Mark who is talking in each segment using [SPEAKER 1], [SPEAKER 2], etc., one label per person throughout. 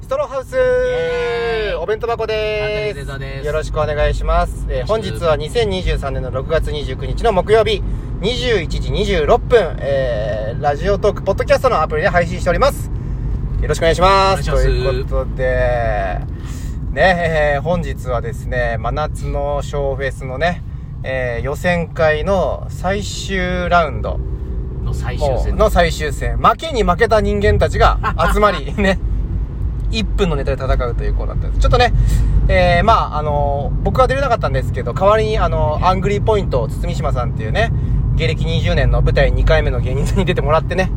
[SPEAKER 1] ストローハウス
[SPEAKER 2] エーイ
[SPEAKER 1] お弁当箱で
[SPEAKER 2] アントニーゼザです
[SPEAKER 1] すよろしくお願いします、えー
[SPEAKER 2] よろ
[SPEAKER 1] 本
[SPEAKER 2] しく
[SPEAKER 1] 日は2023年の6月29日の木曜日21時26分、えーラジオトークポッドキャストのアプリで配信しておりますよろしくお願いします
[SPEAKER 2] お願いします
[SPEAKER 1] ということでね、えー本日はですね真夏のショーフェスのね、えー予選会の最終ラウンド
[SPEAKER 2] の最終
[SPEAKER 1] もう
[SPEAKER 2] 戦
[SPEAKER 1] の最終戦負けに負けた人間たち が集まりね1分のネタで戦うというコーナーだったんですちょっとねえー、まああのー僕は出れなかったんですけど代わりにあのーアングリーポイントを堤島さんっていうね芸歴20年の舞台2回目の芸人さんに出てもらってね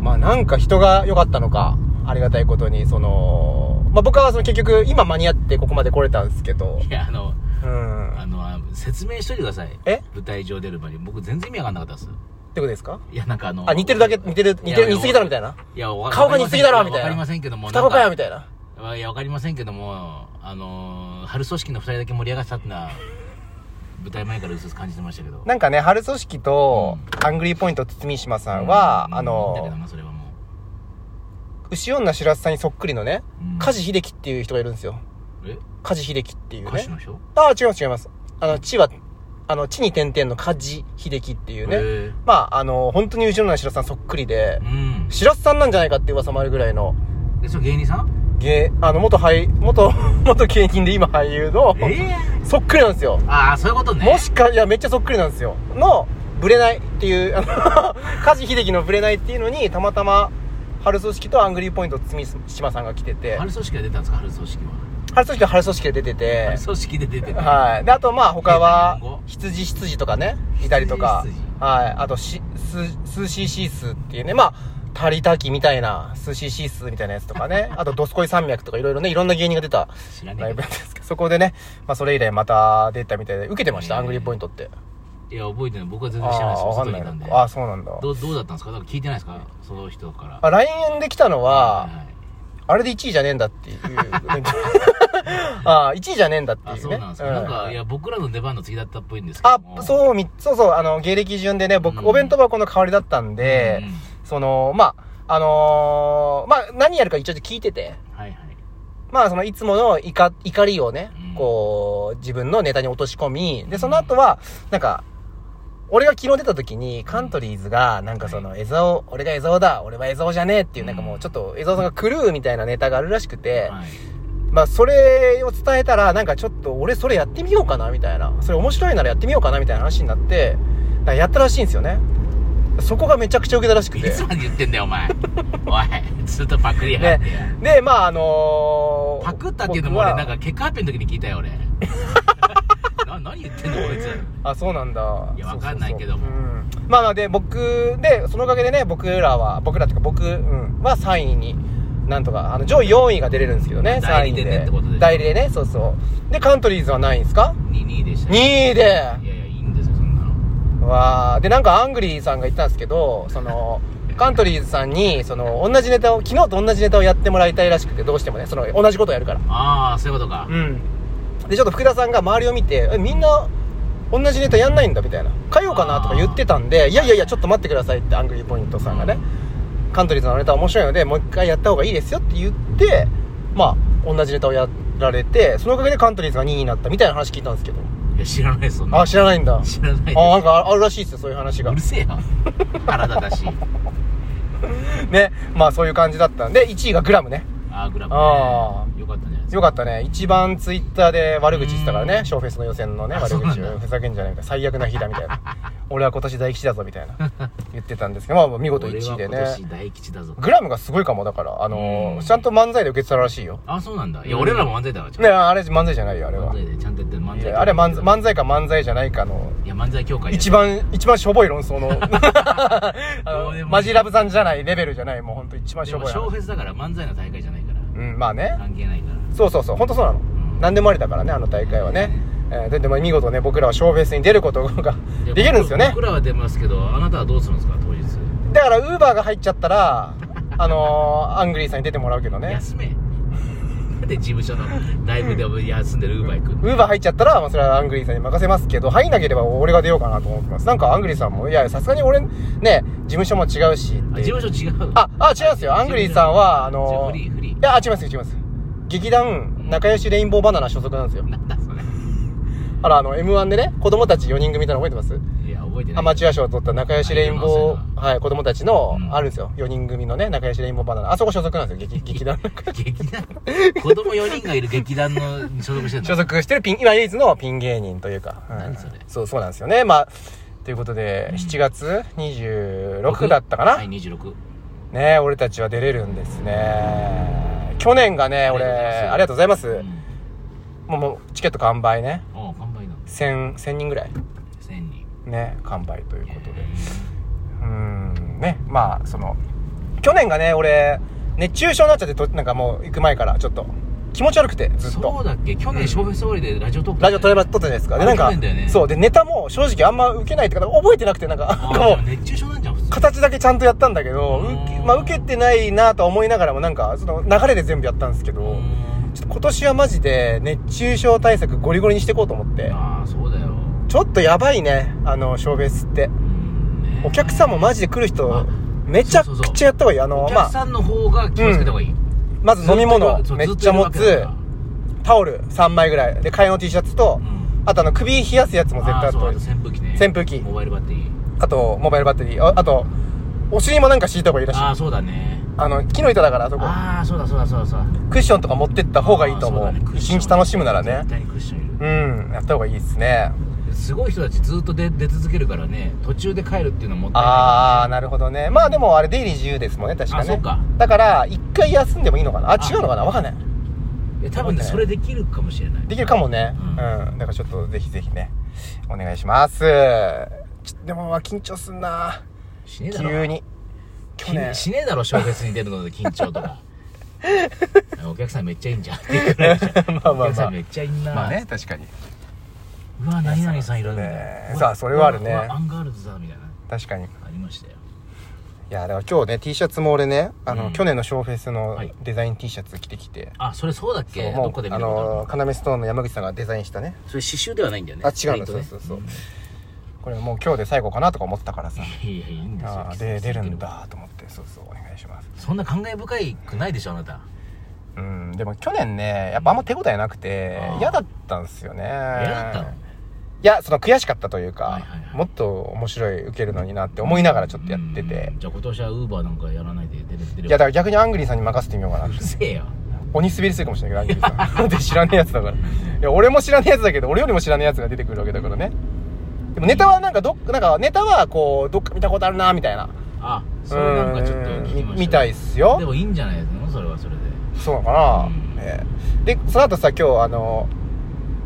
[SPEAKER 1] まあなんか人が良かったのかありがたいことにその、まあ、僕はその結局今間に合ってここまで来れたんですけど
[SPEAKER 2] いやあの
[SPEAKER 1] うん
[SPEAKER 2] あのあ説明しといてください
[SPEAKER 1] え
[SPEAKER 2] 舞台上出る前に僕全然意味わかんなかったです
[SPEAKER 1] ってことですか
[SPEAKER 2] いやなんかあの
[SPEAKER 1] あ似てるだけ似てる似てる似すぎだろみたい
[SPEAKER 2] な
[SPEAKER 1] ない
[SPEAKER 2] やわ
[SPEAKER 1] 顔が似すぎだろみたいな
[SPEAKER 2] わかりませんけども
[SPEAKER 1] 双子かよみ
[SPEAKER 2] たい
[SPEAKER 1] たいな
[SPEAKER 2] ないやわかりませんけどもあのー春組織の二人だけ盛り上がってたってのは舞台前からうすうす感じてましたけど
[SPEAKER 1] なんかね、春組織と、アングリーポイント堤島さんは、
[SPEAKER 2] うん
[SPEAKER 1] あ
[SPEAKER 2] いいんだけど
[SPEAKER 1] の、
[SPEAKER 2] なそれはも
[SPEAKER 1] 牛女白洲さんにそっくりのね、
[SPEAKER 2] うん
[SPEAKER 1] 梶秀樹っていう人がいるんですよ。
[SPEAKER 2] うえ
[SPEAKER 1] 梶秀樹っていう
[SPEAKER 2] 歌手
[SPEAKER 1] ね
[SPEAKER 2] の。人
[SPEAKER 1] ああ、違います違います。あの、地は、あの、地に点々の梶秀樹っていう
[SPEAKER 2] へ
[SPEAKER 1] ね。
[SPEAKER 2] ー
[SPEAKER 1] まあ、あの、本当に牛女白洲さんそっくりで
[SPEAKER 2] う、ん
[SPEAKER 1] 白洲さんなんじゃないかって噂もあるぐらいの、
[SPEAKER 2] えそれ芸人さん
[SPEAKER 1] 芸、あの、元俳、元、元芸人で今俳優の、
[SPEAKER 2] ええ
[SPEAKER 1] そっくりなんですよ。
[SPEAKER 2] ああそういうことね
[SPEAKER 1] もしか、いや、めっちゃそっくりなんですよ。の、ブレないっていう、あの 梶秀樹のブレないっていうのに、たまたま、春組織とアングリーポイント堤島さんが来てて、
[SPEAKER 2] 春組織が出たんですか春組織は
[SPEAKER 1] 春組織は春組織で出てて
[SPEAKER 2] 春、組織で出てた
[SPEAKER 1] はい。で、あと、まあ、他は
[SPEAKER 2] 日本語、
[SPEAKER 1] 羊羊とかね、いたりとか
[SPEAKER 2] 羊、羊
[SPEAKER 1] はい。あと、しス、スーシーシースーっていうね、まあ、タリタキみたいな、スーシーシースーみたいなやつとか ね、あと、ドスコイ山脈とかいろいろね、いろんな芸人が出た
[SPEAKER 2] 知らね
[SPEAKER 1] ライ
[SPEAKER 2] え
[SPEAKER 1] ブ
[SPEAKER 2] け
[SPEAKER 1] なんですけど、そこでね、まあ、それ以来また出たみたいで、受けてました、
[SPEAKER 2] へー
[SPEAKER 1] アングリーポイントって。
[SPEAKER 2] どいや覚えてない僕は全然知らないです
[SPEAKER 1] ああ、わか
[SPEAKER 2] 外
[SPEAKER 1] ん
[SPEAKER 2] に
[SPEAKER 1] ないい
[SPEAKER 2] たんで
[SPEAKER 1] ああ、そうなんだ。
[SPEAKER 2] どうどうだったんですかだから聞いてないですかその人から
[SPEAKER 1] あ、LINE で来たの
[SPEAKER 2] はい
[SPEAKER 1] は、
[SPEAKER 2] はい
[SPEAKER 1] あれで1位じゃねえんだ っていう。あ、1位じゃねえんだっていう
[SPEAKER 2] あ
[SPEAKER 1] ね。
[SPEAKER 2] そうなんですか、なんかいや僕らの出番の次だったっぽいんですけど
[SPEAKER 1] あ
[SPEAKER 2] も、
[SPEAKER 1] そうみ、そうそう、あの、芸歴順でね、
[SPEAKER 2] う
[SPEAKER 1] 僕、
[SPEAKER 2] ん
[SPEAKER 1] お弁当箱の代わりだったんで、
[SPEAKER 2] うん
[SPEAKER 1] その、まあ、あのーまあ、何やるか一応聞いてて、
[SPEAKER 2] はいはい
[SPEAKER 1] まあ、その、いつもの怒怒りをね、
[SPEAKER 2] うん
[SPEAKER 1] こう、自分のネタに落とし込み、
[SPEAKER 2] う
[SPEAKER 1] で、
[SPEAKER 2] ん
[SPEAKER 1] その後は、なんか、俺が昨日出た時に、カントリーズが、なんかその、江沢、俺が江沢だ、俺は江沢じゃねえっていう、なんかもうちょっと、江沢さんが狂うみたいなネタがあるらしくて、
[SPEAKER 2] はい
[SPEAKER 1] まあ、それを伝えたら、なんかちょっと、俺それやってみようかな、みたいな。それ面白いならやってみようかな、みたいな話になって、なんかやったらしいんですよね。そこがめちゃくちゃ受けたらしく
[SPEAKER 2] い
[SPEAKER 1] て
[SPEAKER 2] つ。まで言ってんだよ お前おいずっとパクリやがって、
[SPEAKER 1] で、まあ、あのー
[SPEAKER 2] パクったっていうのも俺
[SPEAKER 1] 僕
[SPEAKER 2] な
[SPEAKER 1] は
[SPEAKER 2] んか結果発表の時に聞いた よ俺な何言ってんのこいつ
[SPEAKER 1] あそうなんだ
[SPEAKER 2] いや
[SPEAKER 1] そうそうそう
[SPEAKER 2] わかんないけども
[SPEAKER 1] うんまあまあで僕でそのおかげでね僕らは僕らっていうか僕、うん、は3位になんとかあの上位4位が出れるんですけどね
[SPEAKER 2] 代
[SPEAKER 1] 3
[SPEAKER 2] 理
[SPEAKER 1] 位
[SPEAKER 2] でねってことでしょ
[SPEAKER 1] 代理でねそうそうでカントリーズは何位ですか
[SPEAKER 2] 2位でした
[SPEAKER 1] 2位で
[SPEAKER 2] いやいやいいんですよそんなの
[SPEAKER 1] わあでなんかアングリーさんが言ったんですけどそ のカントリーズさんにその同じネタを昨日と同じネタをやってもらいたいらしくてどうしてもねその同じことをやるから
[SPEAKER 2] ああそういうことか、
[SPEAKER 1] うんでちょっと福田さんが周りを見てえみんな同じネタやんないんだみたいな変えようかなとか言ってたんでいやいやいやちょっと待ってくださいってアングリーポイントさんがね、カントリーズのネタ面白いのでもう一回やった方がいいですよって言ってまあ同じネタをやられてそのおかげでカントリーズが2位になったみたいな話聞いたんですけど
[SPEAKER 2] いや知らないですそんなの
[SPEAKER 1] あ知らないんだあ
[SPEAKER 2] 知らないです
[SPEAKER 1] なんかああるらしいですよそういう話が
[SPEAKER 2] うるせえ よ腹立たしい
[SPEAKER 1] ねまあそういう感じだったんで1位がグラムね
[SPEAKER 2] あーグラブ
[SPEAKER 1] あ
[SPEAKER 2] ねよかったんじゃないですか
[SPEAKER 1] よかったね一番ツイッターで悪口言ってたから
[SPEAKER 2] う
[SPEAKER 1] ね
[SPEAKER 2] ん
[SPEAKER 1] ショーフェスの予選のね
[SPEAKER 2] あ
[SPEAKER 1] 悪
[SPEAKER 2] そうなん
[SPEAKER 1] 口
[SPEAKER 2] だ
[SPEAKER 1] をふざけんじゃないみたいな最悪な日だみたい な俺は今年大吉だぞみたいな言ってたんですけどまあ見事1位で
[SPEAKER 2] 俺は
[SPEAKER 1] ね
[SPEAKER 2] 今年大吉だぞ
[SPEAKER 1] グラムがすごいかもだからあの
[SPEAKER 2] うん
[SPEAKER 1] ーちゃんと漫才で受けてたらしいよ
[SPEAKER 2] あそうなんだいや、
[SPEAKER 1] うん
[SPEAKER 2] 俺らも漫才だわちゃん
[SPEAKER 1] ねあれ漫才じゃないよあれ
[SPEAKER 2] と
[SPEAKER 1] は
[SPEAKER 2] 漫才でちゃんとやってる漫
[SPEAKER 1] い
[SPEAKER 2] 才
[SPEAKER 1] やあれ漫才漫才か漫才じゃないかの
[SPEAKER 2] いや漫才協会
[SPEAKER 1] 一
[SPEAKER 2] 番
[SPEAKER 1] 番一番しょぼい論争 のあ
[SPEAKER 2] どうでもいい
[SPEAKER 1] のマジラブさんじゃないレベルじゃないもう本当一番し
[SPEAKER 2] で
[SPEAKER 1] ょ
[SPEAKER 2] も
[SPEAKER 1] ぼい
[SPEAKER 2] ショー
[SPEAKER 1] 話
[SPEAKER 2] フェスだから漫才の大会じゃないから
[SPEAKER 1] うんまあね
[SPEAKER 2] 関係ないから
[SPEAKER 1] そうそうそう本当そうなの
[SPEAKER 2] ん
[SPEAKER 1] 何でもありだからねあの大会はね、えーででも見事ね僕らはショーフェスに出ることが
[SPEAKER 2] いや
[SPEAKER 1] できるんですよね
[SPEAKER 2] 僕僕らは出ますけどあなたはどうするんですか当日
[SPEAKER 1] だからウ ーバーが入っちゃったらあのー、アングリーさんに出てもらうけどね
[SPEAKER 2] 休めで事務所のライブ で休んでるウーバー行く
[SPEAKER 1] ウーバー入っちゃったら、まあ、それはアングリーさんに任せますけど、入んなければ俺が出ようかなと思ってます。なんかアングリーさんも、いや、さすがに俺、ね、事務所も違うしって。
[SPEAKER 2] あ事務所違う
[SPEAKER 1] あ、あ、違いますよ。アングリーさんは、あの、
[SPEAKER 2] フリーフリ
[SPEAKER 1] いや、あ違います違います。劇団、仲良しレインボーバナナ所属なんですよ
[SPEAKER 2] ー。なんだそれ
[SPEAKER 1] あら、あの、M1 でね、子供たち4人組みたいなの覚えてます
[SPEAKER 2] いや覚えてない
[SPEAKER 1] アマチュア賞を取った仲良しレインボ
[SPEAKER 2] あいる
[SPEAKER 1] ー、
[SPEAKER 2] な
[SPEAKER 1] はい、子供たちの
[SPEAKER 2] う、ん
[SPEAKER 1] あるんですよ。4人組のね、仲良しレインボーバナナ。あそこ所属なんですよ、 劇、劇団。
[SPEAKER 2] 劇団子供4人がいる劇団のに所属してるの
[SPEAKER 1] 所属してるピン、今唯一のピン芸人というか。うん
[SPEAKER 2] 何それ
[SPEAKER 1] そう、そうなんですよね。まあ、ということで、7月26だったかな
[SPEAKER 2] はい。26
[SPEAKER 1] ね俺たちは出れるんですね。去年がね、俺、あ
[SPEAKER 2] あ
[SPEAKER 1] りがと
[SPEAKER 2] りがと
[SPEAKER 1] うご
[SPEAKER 2] う
[SPEAKER 1] ざいま
[SPEAKER 2] う
[SPEAKER 1] す
[SPEAKER 2] ん。
[SPEAKER 1] もう、もうチケット完売ね。
[SPEAKER 2] おう完売だ
[SPEAKER 1] 1000、1000人ぐらい。
[SPEAKER 2] 1000人
[SPEAKER 1] ね、完売ということで。うーんねまあその去年がね俺熱中症になっちゃってとなんかもう行く前からちょっと気持ち悪くてずっ
[SPEAKER 2] そう
[SPEAKER 1] と
[SPEAKER 2] だっけ去
[SPEAKER 1] うん
[SPEAKER 2] 年小フェス終わりでラジオトーク
[SPEAKER 1] ラジオ撮れば
[SPEAKER 2] あ
[SPEAKER 1] 撮ったじゃないですか
[SPEAKER 2] あ
[SPEAKER 1] でなんか
[SPEAKER 2] 去年だよね
[SPEAKER 1] そうでネタも正直あんま受けないってか覚えてなくてなんか
[SPEAKER 2] ー
[SPEAKER 1] もう
[SPEAKER 2] でも熱中症なんじゃん普通
[SPEAKER 1] 形だけちゃんとやったんだけど
[SPEAKER 2] うん
[SPEAKER 1] 受け,、まあ、受けてないなとは思いながらもなんかその流れで全部やったんですけど、
[SPEAKER 2] うん
[SPEAKER 1] ちょっと今年はマジで熱中症対策ゴリゴリにしていこうと思って
[SPEAKER 2] ああそうだよ
[SPEAKER 1] ちょっとやばいねあの小ベースって
[SPEAKER 2] うんね
[SPEAKER 1] お客さんもマジで来る人
[SPEAKER 2] あ
[SPEAKER 1] めちゃくちゃやった方がいいあの
[SPEAKER 2] お
[SPEAKER 1] ま
[SPEAKER 2] 客
[SPEAKER 1] あ
[SPEAKER 2] さんの方が気をつけた方がいい
[SPEAKER 1] まず飲み物
[SPEAKER 2] ずと
[SPEAKER 1] め
[SPEAKER 2] 言
[SPEAKER 1] っ
[SPEAKER 2] わ
[SPEAKER 1] ちゃ持
[SPEAKER 2] ずっと言
[SPEAKER 1] つ
[SPEAKER 2] うわ
[SPEAKER 1] タオル3枚ぐらいで替えの T シャツと
[SPEAKER 2] けだからうん
[SPEAKER 1] あとあの首冷やすやつも絶対
[SPEAKER 2] あ
[SPEAKER 1] あ
[SPEAKER 2] ーそうあと
[SPEAKER 1] と
[SPEAKER 2] 扇風機ね
[SPEAKER 1] 扇風機
[SPEAKER 2] モバイルバッテリー
[SPEAKER 1] あとモバイルバッテリーああとお尻もなんか敷いた方がいいらしい
[SPEAKER 2] ああそうだね
[SPEAKER 1] あの木の板だからあそこ
[SPEAKER 2] ああそうだそうだそうだそうだ
[SPEAKER 1] クッションとか持ってった方がいいと思
[SPEAKER 2] あーそうだね
[SPEAKER 1] う
[SPEAKER 2] クッショ
[SPEAKER 1] 一
[SPEAKER 2] ン
[SPEAKER 1] 日楽しむならね
[SPEAKER 2] 絶対にクッションいる
[SPEAKER 1] うんやった方がいいですね
[SPEAKER 2] すごい人たちずっと出出続けるからね途中で帰るっていうのはもったいな
[SPEAKER 1] ああなるほどねまあでもあれ出入り自由ですもんね確かね
[SPEAKER 2] あそうか
[SPEAKER 1] だから一回休んでもいいのかなあ違うのかなわかんない
[SPEAKER 2] いいや多分ねそれできるかもしれない
[SPEAKER 1] できるかもね。う。
[SPEAKER 2] うんん
[SPEAKER 1] だからちょっとぜひぜひね、お願いします。ちょでも、まあ緊張すんな
[SPEAKER 2] しねえだろ
[SPEAKER 1] 急に。去年
[SPEAKER 2] き。しねえだろ小説に出る ので緊張とかお客さんめっちゃいいんじゃんって言うぐらいじゃん
[SPEAKER 1] まあまあ
[SPEAKER 2] お客
[SPEAKER 1] ま
[SPEAKER 2] さ
[SPEAKER 1] あ
[SPEAKER 2] んめ。っちゃいいな、
[SPEAKER 1] まあね、確かに。
[SPEAKER 2] うわ何々さんいるみたい
[SPEAKER 1] ね
[SPEAKER 2] な
[SPEAKER 1] さあそれはあるね
[SPEAKER 2] うわうわアンガールズだみたいな
[SPEAKER 1] 確かに。い
[SPEAKER 2] ありましたよ
[SPEAKER 1] や、だから今日ね、T シャツも俺ね、あの、
[SPEAKER 2] うん
[SPEAKER 1] 去年のショーフェスの
[SPEAKER 2] はい
[SPEAKER 1] デザイン T シャツ着てきて、
[SPEAKER 2] あそれそうだっけ
[SPEAKER 1] も
[SPEAKER 2] どこで見
[SPEAKER 1] あ
[SPEAKER 2] たことある
[SPEAKER 1] の、カナメストーンの山口さんがデザインしたね。
[SPEAKER 2] それ刺繍ではないんだよね
[SPEAKER 1] あ、違うんだ、
[SPEAKER 2] 割と
[SPEAKER 1] そう
[SPEAKER 2] ね
[SPEAKER 1] そうそう。これもう今日で最後かなとか思ってたからさ。
[SPEAKER 2] いやいやいいんですよ
[SPEAKER 1] あーで、出るんだと思って、そうそう、お願いします。
[SPEAKER 2] そんな感慨深いくないでしょあなた
[SPEAKER 1] うん、でも去年ね、やっぱあんま手応えなくて
[SPEAKER 2] あ、ー
[SPEAKER 1] 嫌だったんですよね。嫌
[SPEAKER 2] 嫌だったの
[SPEAKER 1] いや、その悔しかったというか、
[SPEAKER 2] はいはいはい
[SPEAKER 1] もっと面白い受けるのになって思いながらちょっとやってて
[SPEAKER 2] う、んじゃあ今年はウーバーなんかやらないで出て出れ
[SPEAKER 1] いや、だから逆にアングリーさんに任せてみようかな
[SPEAKER 2] う。 るせえよ
[SPEAKER 1] 鬼滑りするかもしれないけど、アングリーさん。で、知らねえやつ だから。いや、俺も知らねえやつだけど、俺よりも知らねえやつが出てくるわけだからね。でもネタはなんかどっか、なんかネタはこう、どっか見たことあるな、みたいな。
[SPEAKER 2] あそれなんかちょっと
[SPEAKER 1] うん
[SPEAKER 2] 聞きました
[SPEAKER 1] みたいっすよ
[SPEAKER 2] でもいいんじゃないのそれはそれで
[SPEAKER 1] そうなのか
[SPEAKER 2] うん
[SPEAKER 1] な、ええで、その後さ、今日あの、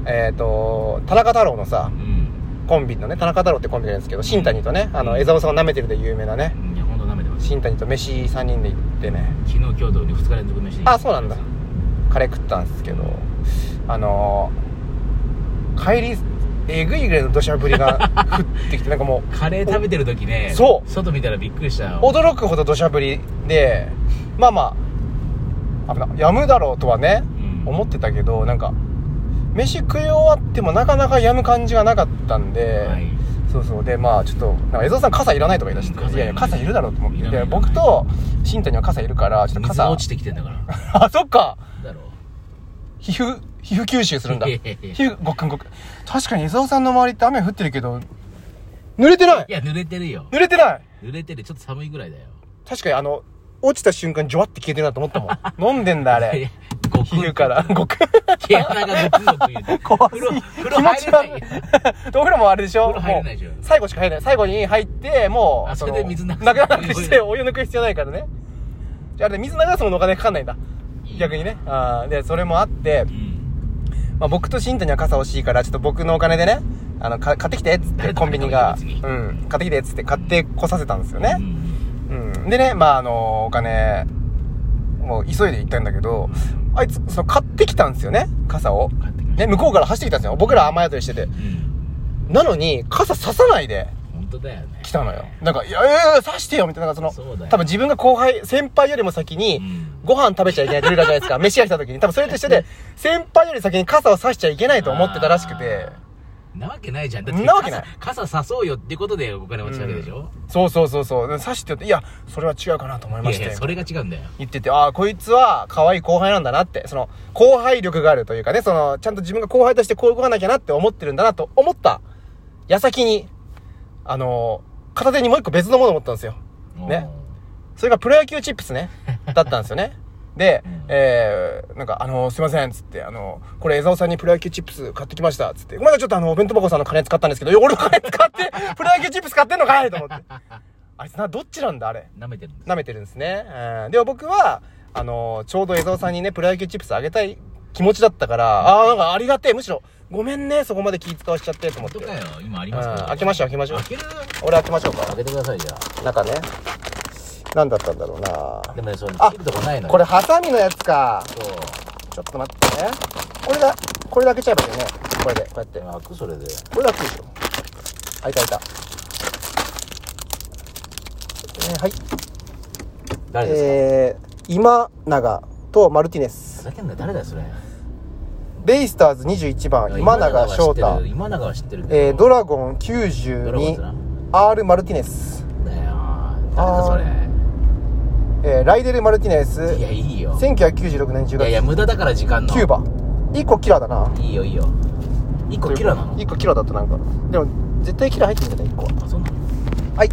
[SPEAKER 1] えっ、と、田中太郎のさ
[SPEAKER 2] う、ん
[SPEAKER 1] コンビのね、田中太郎ってコンビなんですけど、新谷とね、あの、江沢さんが舐めてるで有名なね、
[SPEAKER 2] いやほんと舐めてます
[SPEAKER 1] 新谷と飯3人で行ってね、
[SPEAKER 2] 昨日今日と2日連続飯に
[SPEAKER 1] あそうなんだカレー食ったんですけど、あのー、帰り、えぐいぐらいの土砂降りが降ってきて、なんかもう、
[SPEAKER 2] カレー食べてる時ね
[SPEAKER 1] そう
[SPEAKER 2] 外見たらびっくりした
[SPEAKER 1] 驚くほど土砂降りで、まあまあ、危な、やむだろうとはね、
[SPEAKER 2] うん
[SPEAKER 1] 思ってたけど、なんか、飯食い終わってもなかなかやむ感じがなかったんで、
[SPEAKER 2] はい
[SPEAKER 1] そうそうでまあちょっとなんか江澤さん傘いらないとか言い出して、
[SPEAKER 2] うん
[SPEAKER 1] いやいや傘
[SPEAKER 2] 傘
[SPEAKER 1] い
[SPEAKER 2] いらな
[SPEAKER 1] るだろ
[SPEAKER 2] い
[SPEAKER 1] うと思って
[SPEAKER 2] いら
[SPEAKER 1] い
[SPEAKER 2] ない
[SPEAKER 1] や僕と新谷は傘いるからちょっと
[SPEAKER 2] 水
[SPEAKER 1] 傘
[SPEAKER 2] が落ちてきてんだから
[SPEAKER 1] あそっか
[SPEAKER 2] だろ
[SPEAKER 1] 皮膚皮膚吸収するんだ
[SPEAKER 2] い
[SPEAKER 1] 皮
[SPEAKER 2] やいやいや
[SPEAKER 1] 膚ごっくんごっくん確かに江澤さんの周りって雨降ってるけど濡れてない
[SPEAKER 2] いや濡れてるよ
[SPEAKER 1] 濡れてない
[SPEAKER 2] 濡れてるちょっと寒いぐらいだよ
[SPEAKER 1] 確かにあの落ちた瞬間ジョワって消えてるなと思ったも ん飲んでんだあ
[SPEAKER 2] いや
[SPEAKER 1] れ
[SPEAKER 2] ご
[SPEAKER 1] 皮
[SPEAKER 2] くん
[SPEAKER 1] 膚からごっくん
[SPEAKER 2] 毛穴がゴクゴク言うて
[SPEAKER 1] 怖す
[SPEAKER 2] 風
[SPEAKER 1] ぎ気
[SPEAKER 2] 呂風呂
[SPEAKER 1] 持
[SPEAKER 2] 入
[SPEAKER 1] ち
[SPEAKER 2] れ
[SPEAKER 1] 悪い
[SPEAKER 2] ない
[SPEAKER 1] でお風呂もあれでしょ
[SPEAKER 2] 風呂入れないじゃん
[SPEAKER 1] もう最後しか入れない最後に入ってもう
[SPEAKER 2] あそれで水流す
[SPEAKER 1] のなくなく してお湯抜く必要ないからねじゃああれ水流すのもお金かかんないんだ
[SPEAKER 2] いい
[SPEAKER 1] 逆にねあーでそれもあって
[SPEAKER 2] う、ん
[SPEAKER 1] まあ、僕と新谷は傘欲しいからちょっと僕のお金でねあのか買ってきてっつって
[SPEAKER 2] 誰と
[SPEAKER 1] コンビニが、
[SPEAKER 2] 買ってき
[SPEAKER 1] う
[SPEAKER 2] て
[SPEAKER 1] ん、買ってきてっつって買ってこさせたんですよね
[SPEAKER 2] う、ん
[SPEAKER 1] うん、でねまああのお金もう急いで行ったんだけどあいつその買ってきたんですよね傘を
[SPEAKER 2] 買ってきまし
[SPEAKER 1] ね
[SPEAKER 2] た
[SPEAKER 1] 向こうから走ってきたんですよ僕ら雨宿りしてて
[SPEAKER 2] うん
[SPEAKER 1] なのに、傘ささないで、
[SPEAKER 2] 本当だよね
[SPEAKER 1] 来たのよ。なんか、いや、いやいや刺してよみたいな、なんかそ
[SPEAKER 2] そう
[SPEAKER 1] の、
[SPEAKER 2] だよ
[SPEAKER 1] 多分自分が後輩、先輩よりも先に
[SPEAKER 2] うん、
[SPEAKER 1] ご飯食べちゃいけないってルールあるじゃない ですか。飯が来た時に。多分それと一緒で、先輩より先に傘を刺しちゃいけないと思ってたらしくて。
[SPEAKER 2] あーなわけないじゃんだ
[SPEAKER 1] なわけない
[SPEAKER 2] 傘傘さそうよってことでお金持ちだけでしょ、
[SPEAKER 1] そうそうそうそう。で刺してよって、いや、それは違うかなと思いま
[SPEAKER 2] い
[SPEAKER 1] し
[SPEAKER 2] やい
[SPEAKER 1] て
[SPEAKER 2] や。それが違うんだよ
[SPEAKER 1] 言ってて、ああ、こいつは可愛い後輩なんだなって、その、後輩力があるというかね、その、ちゃんと自分が後輩としてこう動かなきゃなって思ってるんだなと思った、矢先に、あのー片手にもう一個別のものを持ったんですよ。ねそれがプロ野球チップスね、だったんですよ ね。で、
[SPEAKER 2] うん
[SPEAKER 1] えー、なんか、あのーすいません、つって、あのーこれ江沢さんにプロ野球チップス買ってきました、つって、ごめんなさい、ちょっとあの、お弁当箱さんの金使ったんですけど、いや俺の金使って、プロ野球チップス買ってんのかいと思って。 あいつな、どっちなんだ、あれ。
[SPEAKER 2] なめてるんです
[SPEAKER 1] 舐めてるんですね。うんでも僕は、あのーちょうど江蔵さんにね、プロ野球チップスあげたい気持ちだったから、ああー、なんかありがてえ。むしろ、ごめんね、そこまで気使わしちゃって、と思っ
[SPEAKER 2] 本当
[SPEAKER 1] て。
[SPEAKER 2] かよ今ありますけ
[SPEAKER 1] う
[SPEAKER 2] ど
[SPEAKER 1] ん開けましょう開けましょう
[SPEAKER 2] 開ける
[SPEAKER 1] 俺開けましょう
[SPEAKER 2] 開
[SPEAKER 1] か。
[SPEAKER 2] けてくださいじゃ
[SPEAKER 1] 中ね。なんだったんだろう
[SPEAKER 2] あで
[SPEAKER 1] な
[SPEAKER 2] もねそれ
[SPEAKER 1] あ
[SPEAKER 2] 切るとこないのよ
[SPEAKER 1] これ、ハサミのやつか。
[SPEAKER 2] そう
[SPEAKER 1] ちょっと待ってね。これだ、これだけちゃえばいいよね。これで、こうやって。
[SPEAKER 2] 開くそれで
[SPEAKER 1] これ楽でしょ。開いた開いた。えーはい。
[SPEAKER 2] 誰ですか、
[SPEAKER 1] えー、今永とマルティネス
[SPEAKER 2] ふ。ざけんなよ誰だよそれ
[SPEAKER 1] ベイスターズ21番今永
[SPEAKER 2] は知
[SPEAKER 1] 翔
[SPEAKER 2] ってる
[SPEAKER 1] 太、
[SPEAKER 2] 今永は知ってるけど
[SPEAKER 1] えー、ドラゴン
[SPEAKER 2] ドラゴンズな
[SPEAKER 1] 92 R マルティネス、
[SPEAKER 2] だよ誰だそれ
[SPEAKER 1] えー、ライデル・マルティネス
[SPEAKER 2] いやいいよ
[SPEAKER 1] 1996年10
[SPEAKER 2] いやいや
[SPEAKER 1] 月
[SPEAKER 2] 無駄だから時間の
[SPEAKER 1] キューバ1個キラーだない
[SPEAKER 2] いよいいよ一個キラなの
[SPEAKER 1] 1個キラーだったなんかでも絶対キラー入ってんじゃない1個は
[SPEAKER 2] あそうなの
[SPEAKER 1] はい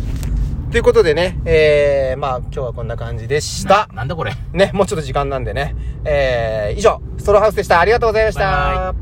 [SPEAKER 1] ということでねえー、まあ今日はこんな感じでした
[SPEAKER 2] ななんだこれ
[SPEAKER 1] ねもうちょっと時間なんでねえー、以上ストローハウスでしたありがとうございました
[SPEAKER 2] バイバ